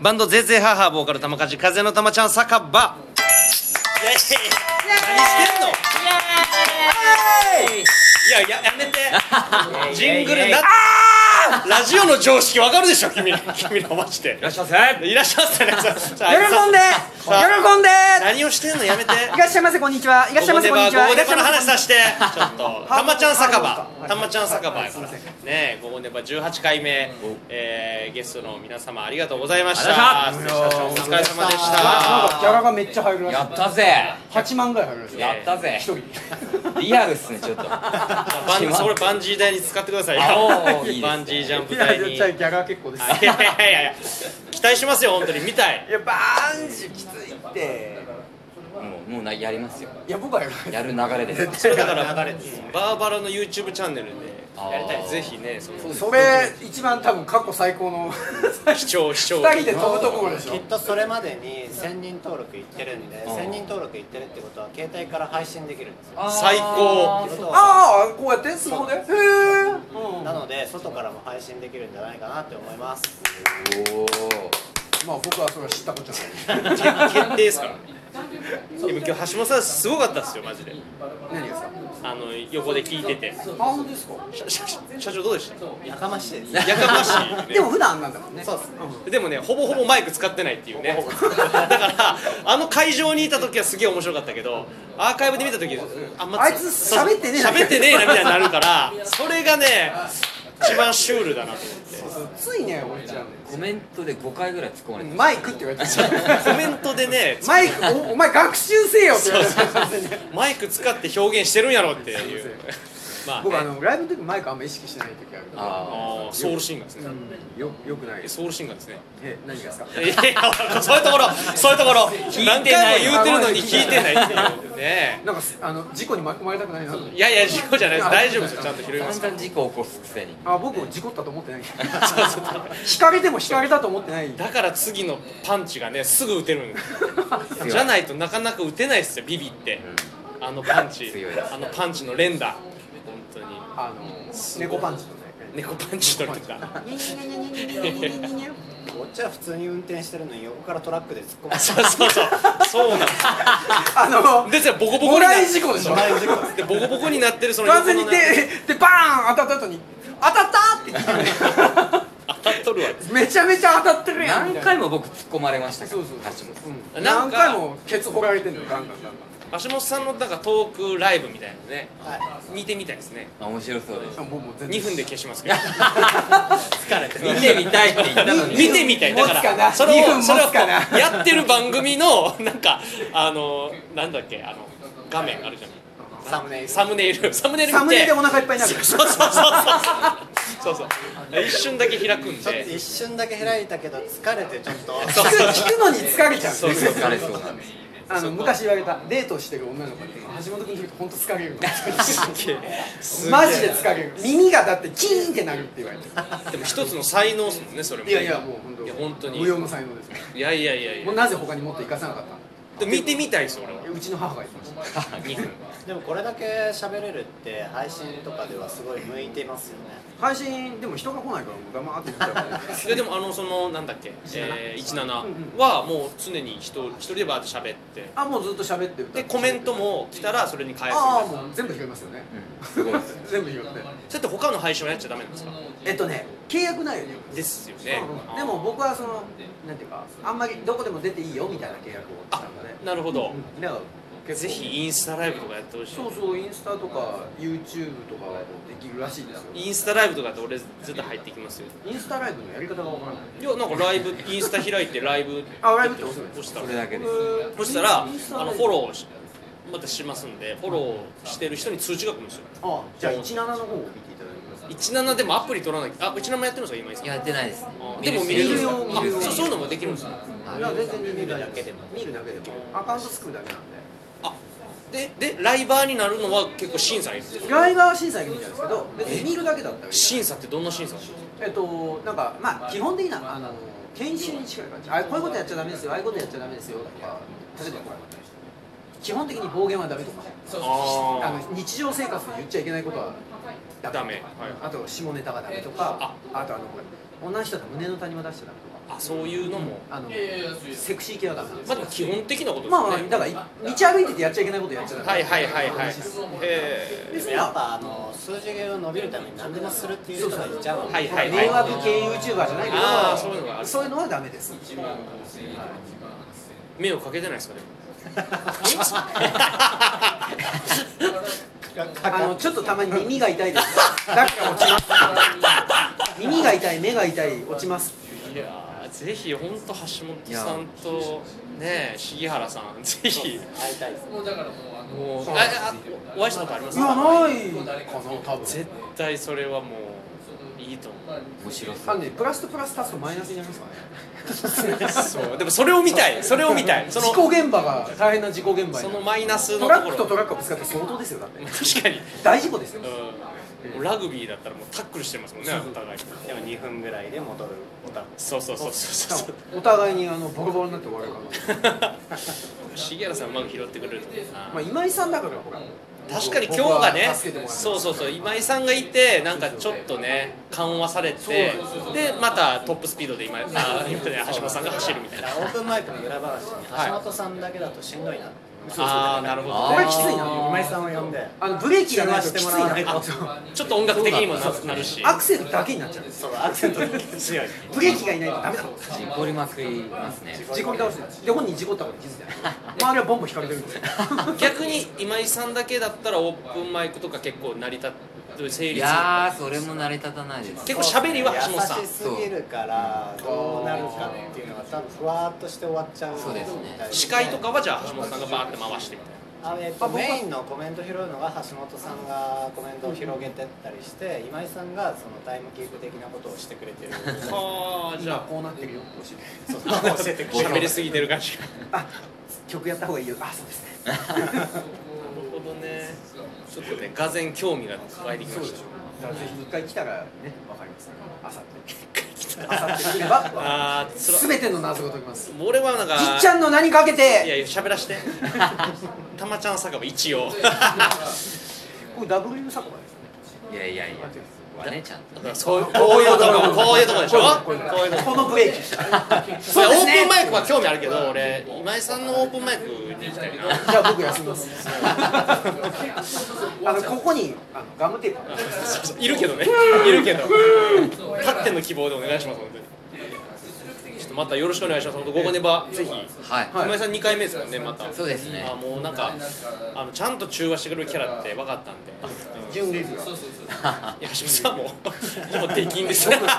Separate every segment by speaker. Speaker 1: バンドぜいぜいハーハーボーカル玉梶風の玉ちゃん酒場イエーイ何してんのいやいやや めてジングルなラジオの常識わかるでしょ君ら 君らマジで
Speaker 2: いらっしゃいませ
Speaker 1: いらっしゃってねささ
Speaker 3: 喜んで喜
Speaker 1: さ
Speaker 3: んで
Speaker 1: 何をしてんのやめて
Speaker 3: いらっしゃいませこんにちはいらっしゃいませこんにちは
Speaker 1: ゴーネバゴーネバの
Speaker 3: いらっしゃ
Speaker 1: 話
Speaker 3: いませ
Speaker 1: させてちょっ とたまちゃん酒場
Speaker 3: あ
Speaker 1: たまちゃん酒場や
Speaker 3: す
Speaker 1: か
Speaker 3: い
Speaker 1: ら
Speaker 3: ま
Speaker 1: ね
Speaker 3: せん
Speaker 1: えゴーネバ18回目えーゲストの皆様ありがとうございました
Speaker 2: あり
Speaker 1: お
Speaker 2: が
Speaker 1: 疲れ様でし
Speaker 3: なん
Speaker 1: た
Speaker 3: かギャラがめっちゃ入るらしい
Speaker 2: やったぜ
Speaker 3: 8万ぐらい入るらしい
Speaker 2: やったぜ
Speaker 3: 一人に
Speaker 2: リアルっすねちょっと
Speaker 1: バンそれバンジー台に使ってくださいよ
Speaker 2: あおーいいですね
Speaker 1: バンジージャンプ
Speaker 3: いや
Speaker 1: 台
Speaker 3: 絶
Speaker 1: に
Speaker 3: 対ギャラ結構です
Speaker 1: いやいやいやいや期待しますよ本当に見たい
Speaker 3: いやバーンジきついって
Speaker 2: もうもうなやりますよ
Speaker 3: いや僕はやるない
Speaker 2: やる流れです
Speaker 1: それだからバーバラの YouTube チャンネルでやりた
Speaker 2: あ
Speaker 1: い
Speaker 2: ー
Speaker 1: ぜひねその
Speaker 3: それ一番多分過去最高の
Speaker 1: 視聴視聴
Speaker 3: 二人で飛ぶところでし
Speaker 4: きっ
Speaker 3: ょ
Speaker 4: とそれまでに1000人登録いってるんで
Speaker 2: ん
Speaker 4: 1000人登録いってるってことは携帯から配信できるんですよ
Speaker 1: 最高
Speaker 4: ってことは
Speaker 3: ああこうやってスマホでへえ
Speaker 4: なので外からも配信できるんじゃないかなって思います
Speaker 2: おお
Speaker 3: まあ僕はそれは知ったことじゃ ない
Speaker 1: 決定ですからねでも今日橋本さんすごかったっすよマジで
Speaker 3: 何ですか
Speaker 1: あの横で聞いてて
Speaker 3: 本当ですか
Speaker 1: 社社社長どうでした
Speaker 4: やかましいです
Speaker 1: やかましいね
Speaker 3: でも普段あんなんだもんね
Speaker 4: そうですね
Speaker 1: でもねほぼほぼマイク使ってないっていうねだからあの会場にいた時はすげえ面白かったけどアーカイブで見た時あんま
Speaker 3: あいつ喋ってねえな
Speaker 1: 喋ってねえなみたいになる からそれがね一番シュールだなと思
Speaker 3: ついね俺ちゃん
Speaker 2: コメントで5回ぐらい突っ込まれて
Speaker 3: マイクって言われ
Speaker 1: っ
Speaker 3: て
Speaker 1: て コメ
Speaker 3: る
Speaker 1: ントでね
Speaker 3: マイクおお前学習せよって言われてる完全に
Speaker 1: マイク使って表現してるんやろっていうまあ
Speaker 3: 僕あのライブの時マイクあんま意識してない時あるから
Speaker 2: あ
Speaker 1: あーソウルシンガーですね
Speaker 3: よよくない
Speaker 1: え
Speaker 3: です
Speaker 1: ソウルシンガーですね
Speaker 3: え何がですか
Speaker 1: いやそういうところそういうところ何回も言うてるのに聞いてないっていうね
Speaker 3: なんかすあの事故に巻き込まれたくないなと思って
Speaker 1: いやいや事故じゃないです大丈夫ですよちゃんと拾い
Speaker 2: あ
Speaker 1: ま
Speaker 2: だん
Speaker 1: す
Speaker 2: だん事故起こすくせに
Speaker 3: あ僕事故ったと思ってない引かれても引かれたと思ってない
Speaker 1: だから次のパンチがねすぐ打てるんですじゃないとなかなか打てないですよビビって、あのパンチ
Speaker 2: 強いです
Speaker 1: あのパンチの連打本当に
Speaker 3: あの猫パンチとね
Speaker 1: 猫パンチ取りとか
Speaker 4: こっちは普通に運転してるのに横からトラックで突っ込 む
Speaker 1: そうそうそうそうなんです
Speaker 3: あの
Speaker 1: ですよボコボコ
Speaker 3: も
Speaker 1: にな
Speaker 3: らい事故でしょ
Speaker 1: でボコボコになってるその
Speaker 3: 完全に
Speaker 1: の
Speaker 3: 手
Speaker 1: ね
Speaker 3: でバーン当たった後に当たったって言ってる
Speaker 1: 当たっとるわ
Speaker 3: めちゃめちゃ当たってるやんみたい
Speaker 2: 何
Speaker 3: な
Speaker 2: 回も僕突っ込まれましたから
Speaker 3: そうそう
Speaker 2: 橋本さ
Speaker 3: そ
Speaker 2: ん
Speaker 3: う、うん、
Speaker 1: な
Speaker 3: 何
Speaker 1: んか
Speaker 3: 回もケツ掘られてんのよガンガンガン
Speaker 1: 橋本さんのなんかトークライブみたいなのね
Speaker 4: は
Speaker 1: 見てみたいですね
Speaker 2: あ面白そうです
Speaker 3: ガンもうもう全
Speaker 1: 2分で消しますけど
Speaker 2: 疲れて見てみたいって言ったのに
Speaker 1: 見てみたいだか
Speaker 3: 持つからな
Speaker 1: それ
Speaker 3: 2
Speaker 1: を
Speaker 3: 分
Speaker 1: それを
Speaker 3: 持つかな
Speaker 1: こうやってる番組のなんかあのなんだっけあの画面あるじゃん
Speaker 4: サムネイル
Speaker 1: サムネイルサムネイル見て
Speaker 3: サムネでお腹いっぱいになる
Speaker 1: そうそうそうそうそうそうそう一瞬だけ開くん
Speaker 4: ちょっと
Speaker 1: で
Speaker 4: 一瞬だけ開いたけど疲れてちょっと
Speaker 1: そう
Speaker 3: 聞く聞くのに疲れちゃう
Speaker 1: そうそう
Speaker 2: 疲れそうなんです
Speaker 3: あの昔言われたデートしてる女の子に橋本君と本当疲れるの
Speaker 1: すげえ
Speaker 3: マジで疲れる耳がだってキーンってなるって言われて
Speaker 1: でも一つの才能ですもんねそれも
Speaker 3: いやいやもう本当
Speaker 1: いや本当に
Speaker 3: 無用の才能ですよ
Speaker 1: いやいやいやい
Speaker 3: も
Speaker 1: や
Speaker 3: うなぜ他にもっと生かさなかったの
Speaker 1: でも見てみたいです俺は
Speaker 3: うちの母が言ってました
Speaker 1: 2分
Speaker 4: でもこれだけ喋れるって配信とかではすごい向いてますよね
Speaker 3: 配信でも人が来ないからもう黙って見ちゃうから
Speaker 1: いやでもあのそのなんだっけ、えー、17はもう常に一人一人でバーッと喋って
Speaker 3: あもうずっと喋ってる
Speaker 1: でコメントも来たらそれに返すみた
Speaker 3: あ
Speaker 1: いな
Speaker 3: あもう全部拾いますよね、
Speaker 2: うんすごいです
Speaker 3: 全部拾って
Speaker 1: それって他の配信はやっちゃダメなんですか
Speaker 3: えっとね契約ないよね
Speaker 1: ですよね
Speaker 3: うんでも僕はそのなんていうかあんまりどこでも出ていいよみたいな契約をしたんだね
Speaker 1: なるほど、
Speaker 3: だから結構
Speaker 1: ぜひインスタライブとかやってほしい
Speaker 3: そうそうインスタとか YouTube とかできるらしいですよ
Speaker 1: インスタライブとかって俺絶対入ってきますよ
Speaker 3: インスタライブのやり方がわからない
Speaker 1: いやなんかライブインスタ開いてライブ
Speaker 3: あライブって押すの
Speaker 1: 押した
Speaker 2: それだ
Speaker 1: ら
Speaker 2: けです
Speaker 1: そしたらあのフォ
Speaker 3: ー
Speaker 1: ローしまたしますんでフォローしてる人に通知が来るんですよ
Speaker 3: あじゃあ17の方を見ていただきます
Speaker 1: 17でもアプリ取らなきゃあ17もやってるんですか今井さん
Speaker 2: やってないです
Speaker 1: あでも見れるんですか
Speaker 3: 見れるよ
Speaker 1: あそうそういうのもできるんですよ
Speaker 3: いや全然見るだけでも見るだけでもアカウント作るだけなんで
Speaker 1: あででライバーになるのは結構審査いるんですよ
Speaker 3: ライバー審査がいいんですけど別に見るだけだったらいい
Speaker 1: 審査ってどんな審査なんですか
Speaker 3: えっとなんかまあ基本的なあの研修に近い感じあこういうことやっちゃダメですよああいうことやっちゃダメですよとか例えばこう基本的に暴言はダメとかあ
Speaker 1: あ
Speaker 3: の日常生活で言っちゃいけないことは
Speaker 1: あダメはい
Speaker 3: あと下ネタがダメとかあとあのこれ同じ人だと胸の谷は出しちゃダメとか
Speaker 1: あそういうのも、
Speaker 3: あの
Speaker 5: いやいやそうです
Speaker 3: セクシー系はダメなんです
Speaker 1: ま
Speaker 3: よ
Speaker 1: あ、基本的なことです
Speaker 3: まあ
Speaker 1: よね、
Speaker 3: まあだからい道歩いててやっちゃいけないことやっちゃダメ
Speaker 1: はいはいはいはい
Speaker 3: そうそう
Speaker 1: え
Speaker 3: 別に
Speaker 4: やっぱあの数字が伸びるために何でもするっていう人がいちゃうので
Speaker 1: はいはい
Speaker 3: 迷惑系 YouTuber じゃないけど
Speaker 1: あーそういうのがある
Speaker 3: そういうのはダメです
Speaker 5: 1万5000円、1万8000円
Speaker 1: ー、迷惑かけてないですか ね
Speaker 3: あのちょっとたまに耳が痛いです だから落ちます耳が痛い目が痛い落ちます
Speaker 1: いやーぜひ本当橋本さんとねえ杉原さんぜひ
Speaker 4: 会いたいです
Speaker 5: もうだからもうあの
Speaker 1: もう
Speaker 3: そう
Speaker 1: ああお会いしたことあります
Speaker 3: いやない
Speaker 5: かな
Speaker 3: 多分
Speaker 1: 絶対それはもういいと思
Speaker 5: まあ
Speaker 2: 面白
Speaker 3: あのねプラスとプラス足すとマイナスになりますからね
Speaker 1: うそうでもそれを見たいそれを見たいそ
Speaker 3: 事
Speaker 1: の
Speaker 3: 故現場が大変な事故現場
Speaker 1: そ
Speaker 3: に
Speaker 1: のマイナスの
Speaker 3: ト
Speaker 1: と
Speaker 3: ラック
Speaker 1: こと
Speaker 3: ト
Speaker 1: ろ
Speaker 3: ラックがぶつかったら相当ですよだって
Speaker 1: 確かに、
Speaker 3: 大事故ですよ
Speaker 1: うん、もうラグビーだったらもうタックルしてますもんねお互い
Speaker 4: でも2分ぐらいで戻るボタン
Speaker 1: そうそうそうそうそう
Speaker 3: お互いにあのボロボロになって終わるから
Speaker 1: 杉原さんうまく拾ってくれると思うな、
Speaker 3: まあ今井さんだからほら
Speaker 1: 確かに今日が
Speaker 3: 僕
Speaker 1: ね
Speaker 3: は助けてもらいます
Speaker 1: そうそうそう今井さんがいてなんかちょっとね緩和されてでまたトップスピードで今あ今ね橋本さんが走るみたいな
Speaker 4: オープンマイクの裏話に
Speaker 1: はい
Speaker 4: 橋本さんだけだとしんどいな
Speaker 1: ああなるほど
Speaker 3: これ
Speaker 1: ね
Speaker 3: きついな
Speaker 4: お前さんを呼んで
Speaker 3: あのブレーキがないときついな
Speaker 4: 中和
Speaker 1: ちょっと音楽的にもななるし
Speaker 3: アクセルだけになっちゃうんです
Speaker 4: そうアクセント 強い
Speaker 3: ブレーキがいないとダメだ
Speaker 2: 事故りまくりますね
Speaker 3: 事故り倒すんですで本人事故ったこと気づいてない周りはボンボン引かれてるんですよ
Speaker 1: 逆に今井さんだけだったらオープンマイクとか結構成り立つ成
Speaker 2: い
Speaker 1: 立
Speaker 2: やーそれも成り立たないです
Speaker 1: 結構喋りは橋本さん
Speaker 4: 優しすぎるからどうなるかっていうのが多分ふわーっとして終わっちゃう
Speaker 2: そうですね
Speaker 1: 司会とかはじゃあ橋本さんがバーって回してみたい
Speaker 4: あえっとメインのコメント拾うのが橋本さんがコメントを広げてったりして今井さんがそのタイムキープ的なことをしてくれ てる
Speaker 1: なはあじ
Speaker 3: 今
Speaker 1: ゃ
Speaker 3: こうなってるよ教えて
Speaker 4: そう教えて
Speaker 1: あ
Speaker 4: く
Speaker 1: 喋
Speaker 4: れる
Speaker 1: りすぎてる感じが
Speaker 3: あ曲やった方がいいよあそうですね
Speaker 1: なるほどねちょっとねがぜん興味が湧いてきました
Speaker 3: だからぜひ一回来たらねわかりますあ さってあさって来れば
Speaker 1: ああつら
Speaker 3: 全ての謎が解けますじ
Speaker 1: 俺はなんか
Speaker 3: っちゃんの何かけ
Speaker 1: いや
Speaker 3: て
Speaker 1: いや喋らして たまちゃん酒場一応
Speaker 3: これ W 酒場ですよね
Speaker 2: いやいやいやはねちゃんとね
Speaker 1: そうこういうとここういうとこでしょこ
Speaker 3: こ
Speaker 1: うい
Speaker 3: ういう
Speaker 1: とこういうと
Speaker 3: うとこ
Speaker 1: こ
Speaker 3: このブレーキ
Speaker 1: それ
Speaker 3: そうですね
Speaker 1: オープンマイクは興味あるけど俺今井さんのオープンマイクに行きたいな
Speaker 3: じ ゃあ僕休みます。あのここにあのガムテープ。
Speaker 1: そう そういるけどねいるけど立っての希望でお願いします本当にちょっとまたよろしくお願いします本当ここねばぜひ
Speaker 2: はい
Speaker 3: はい
Speaker 1: 今井さん2回目ですからねまた
Speaker 2: そうですね
Speaker 1: あもうなんかあのちゃんと中和してくれるキャラって分かったんで
Speaker 3: 準レギュラー。
Speaker 1: いや橋本さん ももう出禁です
Speaker 3: 僕僕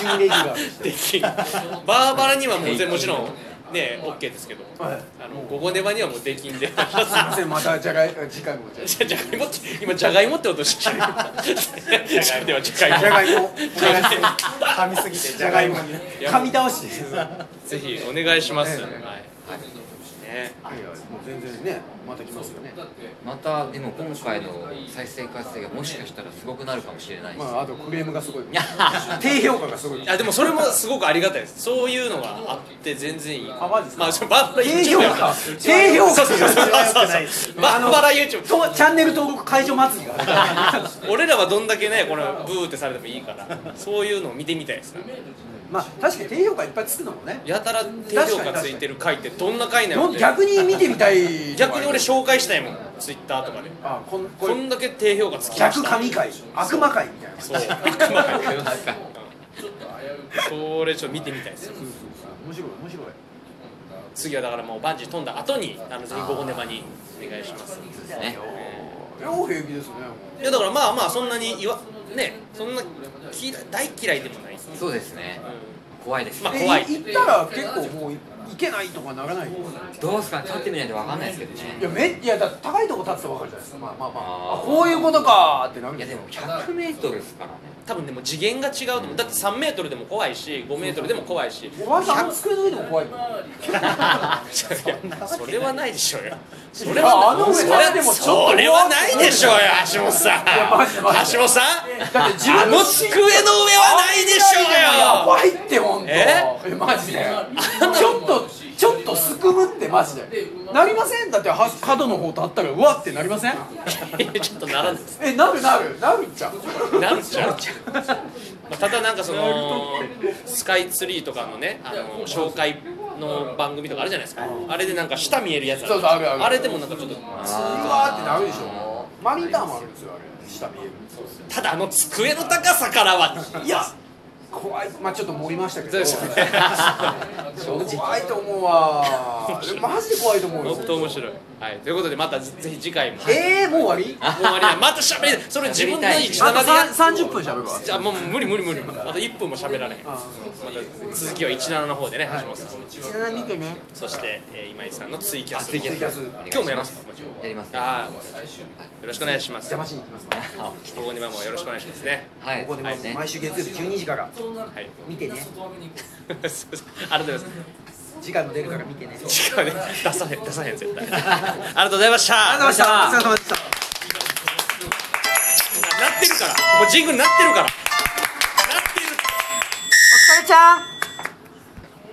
Speaker 3: 準レギュラー。
Speaker 1: できんバーバラにはもう全もちろんねオッケーですけど、
Speaker 3: はい
Speaker 1: あの午後ネバにはもうできんで じ
Speaker 3: すみませんまたじゃがい次回もじゃ
Speaker 1: ゃじゃがいもって今じゃがいもって音してる ではじゃ
Speaker 3: あじゃ
Speaker 1: が
Speaker 3: が
Speaker 1: い
Speaker 3: いも
Speaker 4: 噛みすぎて
Speaker 3: じゃがいもに噛み倒し。
Speaker 1: もぜひお願いします、は
Speaker 3: ね
Speaker 1: い、ね
Speaker 3: いやいやもう全然ねまた来ますよね。
Speaker 2: またでも今回の再生回数がもしかしたらすごくなるかもしれないで
Speaker 3: ますああとクレームがすごい。低評価がすごい。
Speaker 1: あでもそれもすごくありがたいですそういうのがあって全然いい
Speaker 3: あマジですか
Speaker 1: まあそのバーバラ
Speaker 3: 低
Speaker 1: YouTube
Speaker 3: 評価
Speaker 1: やから
Speaker 3: 低評
Speaker 1: そ
Speaker 3: 価
Speaker 1: うそうそうそうそうバーバラ YouTube
Speaker 3: とチャンネル登録解除祭りがある
Speaker 1: 俺らはどんだけねこれブーってされてもいいからそういうのを見てみたいですね
Speaker 3: まあ確かに低評価いっぱいつくのもね
Speaker 1: やたら低評価ついてる回ってどんな回なの
Speaker 3: どん逆に見てみたい
Speaker 1: 逆に俺紹介したいもんツイッターとかで
Speaker 3: あこんこ
Speaker 1: こ
Speaker 3: れ
Speaker 1: んだけ低評価つきまし
Speaker 3: 逆
Speaker 1: た
Speaker 3: 神回悪魔回みたいな
Speaker 1: そう悪魔界
Speaker 2: なんか
Speaker 1: それちょっと見てみたいですよ
Speaker 3: 面白い面白い
Speaker 1: 次はだからもうバンジー飛んだ後にあのぜひ午後ネバにお願いします
Speaker 2: そうですね
Speaker 3: 両平気ですね
Speaker 1: いやだからまあまあそんなに言わねそんな嫌い大嫌いでもないです、
Speaker 2: そうですね
Speaker 1: う
Speaker 2: 怖いです
Speaker 1: まあ
Speaker 2: ね
Speaker 3: え
Speaker 1: 怖い
Speaker 3: 行ったら結構もうい行けないとかならないい
Speaker 2: どうですかね立ってみないとわかんないですけどね
Speaker 3: やめいやだって高いとこ立つと分かるじゃないですかまあまあまあ
Speaker 2: あー
Speaker 3: あこういうことかーってなるん
Speaker 2: いや
Speaker 3: です
Speaker 2: で
Speaker 3: よ
Speaker 2: も 100m ですからね
Speaker 1: ん多分でも次元が違うと思うだって3メートルでも怖いし5メートルでも怖いしい
Speaker 3: おばさんあの机の上でも怖いよ
Speaker 1: やそれはないでしょうよそれ
Speaker 3: いや
Speaker 1: は
Speaker 3: あの上からでもちょっと怖
Speaker 1: それはないでしょうよ橋本さん
Speaker 3: やマジでマジで
Speaker 1: 橋本さん
Speaker 3: だって自
Speaker 1: あ
Speaker 3: 分
Speaker 1: の机の上はないでしょ
Speaker 3: や
Speaker 1: うよ
Speaker 3: ばいってほんと
Speaker 1: え
Speaker 3: えマジでちょっとちょっとすくむってマジでなりませんだっては角の方立ったらうわってなりません
Speaker 1: いやちょっとならんです
Speaker 3: えなるなるなるんちゃう
Speaker 1: なるじゃんまあ、ただなんかそのスカイツリーとかのねあの紹介の番組とかあるじゃないですかあれでなんか下見えるやつ
Speaker 6: そうそうあるある
Speaker 1: あれでもなんかちょっと
Speaker 6: うわーってなるでしょマリンタウンもあるんですよあれ下見える
Speaker 1: ただあの机の高さからはいや
Speaker 6: 怖いまあちょっと盛りましたけど
Speaker 1: そうですね
Speaker 6: 怖いと思うわでもマジで怖いと思うよ
Speaker 1: 本当面白い、はい、ということでまたぜぜひ次回も、もう
Speaker 6: えー、もう終わり
Speaker 1: 終わりだまたしゃべれそれ自分の一生
Speaker 6: あと
Speaker 1: でやっ
Speaker 6: さん30分しゃべるわ
Speaker 1: じゃあもう無理無理無理また1分も喋られへんまた続きは17の方でね橋本さん
Speaker 3: 17見てね
Speaker 1: そして、えー今井さんのツイキャス
Speaker 2: ツイキャス
Speaker 1: 今日もやりますかもちろん
Speaker 2: やります
Speaker 1: あーよろしくお願いします
Speaker 3: 邪魔しに行きますね
Speaker 2: あ
Speaker 1: ここにはもうよろしくお願いしますね
Speaker 2: はい
Speaker 3: ここでも
Speaker 2: はいね
Speaker 3: 毎週月曜日12時から
Speaker 1: はい
Speaker 3: 見てね
Speaker 1: そうそうありがとうござい
Speaker 3: 時間の出るから見てねありがとう
Speaker 1: ます違うね出さへん出さへん絶対ありがとうございました
Speaker 3: ございましたお疲れ様でした
Speaker 1: なってるからもうジングルなってるからなってる
Speaker 3: お疲れちゃん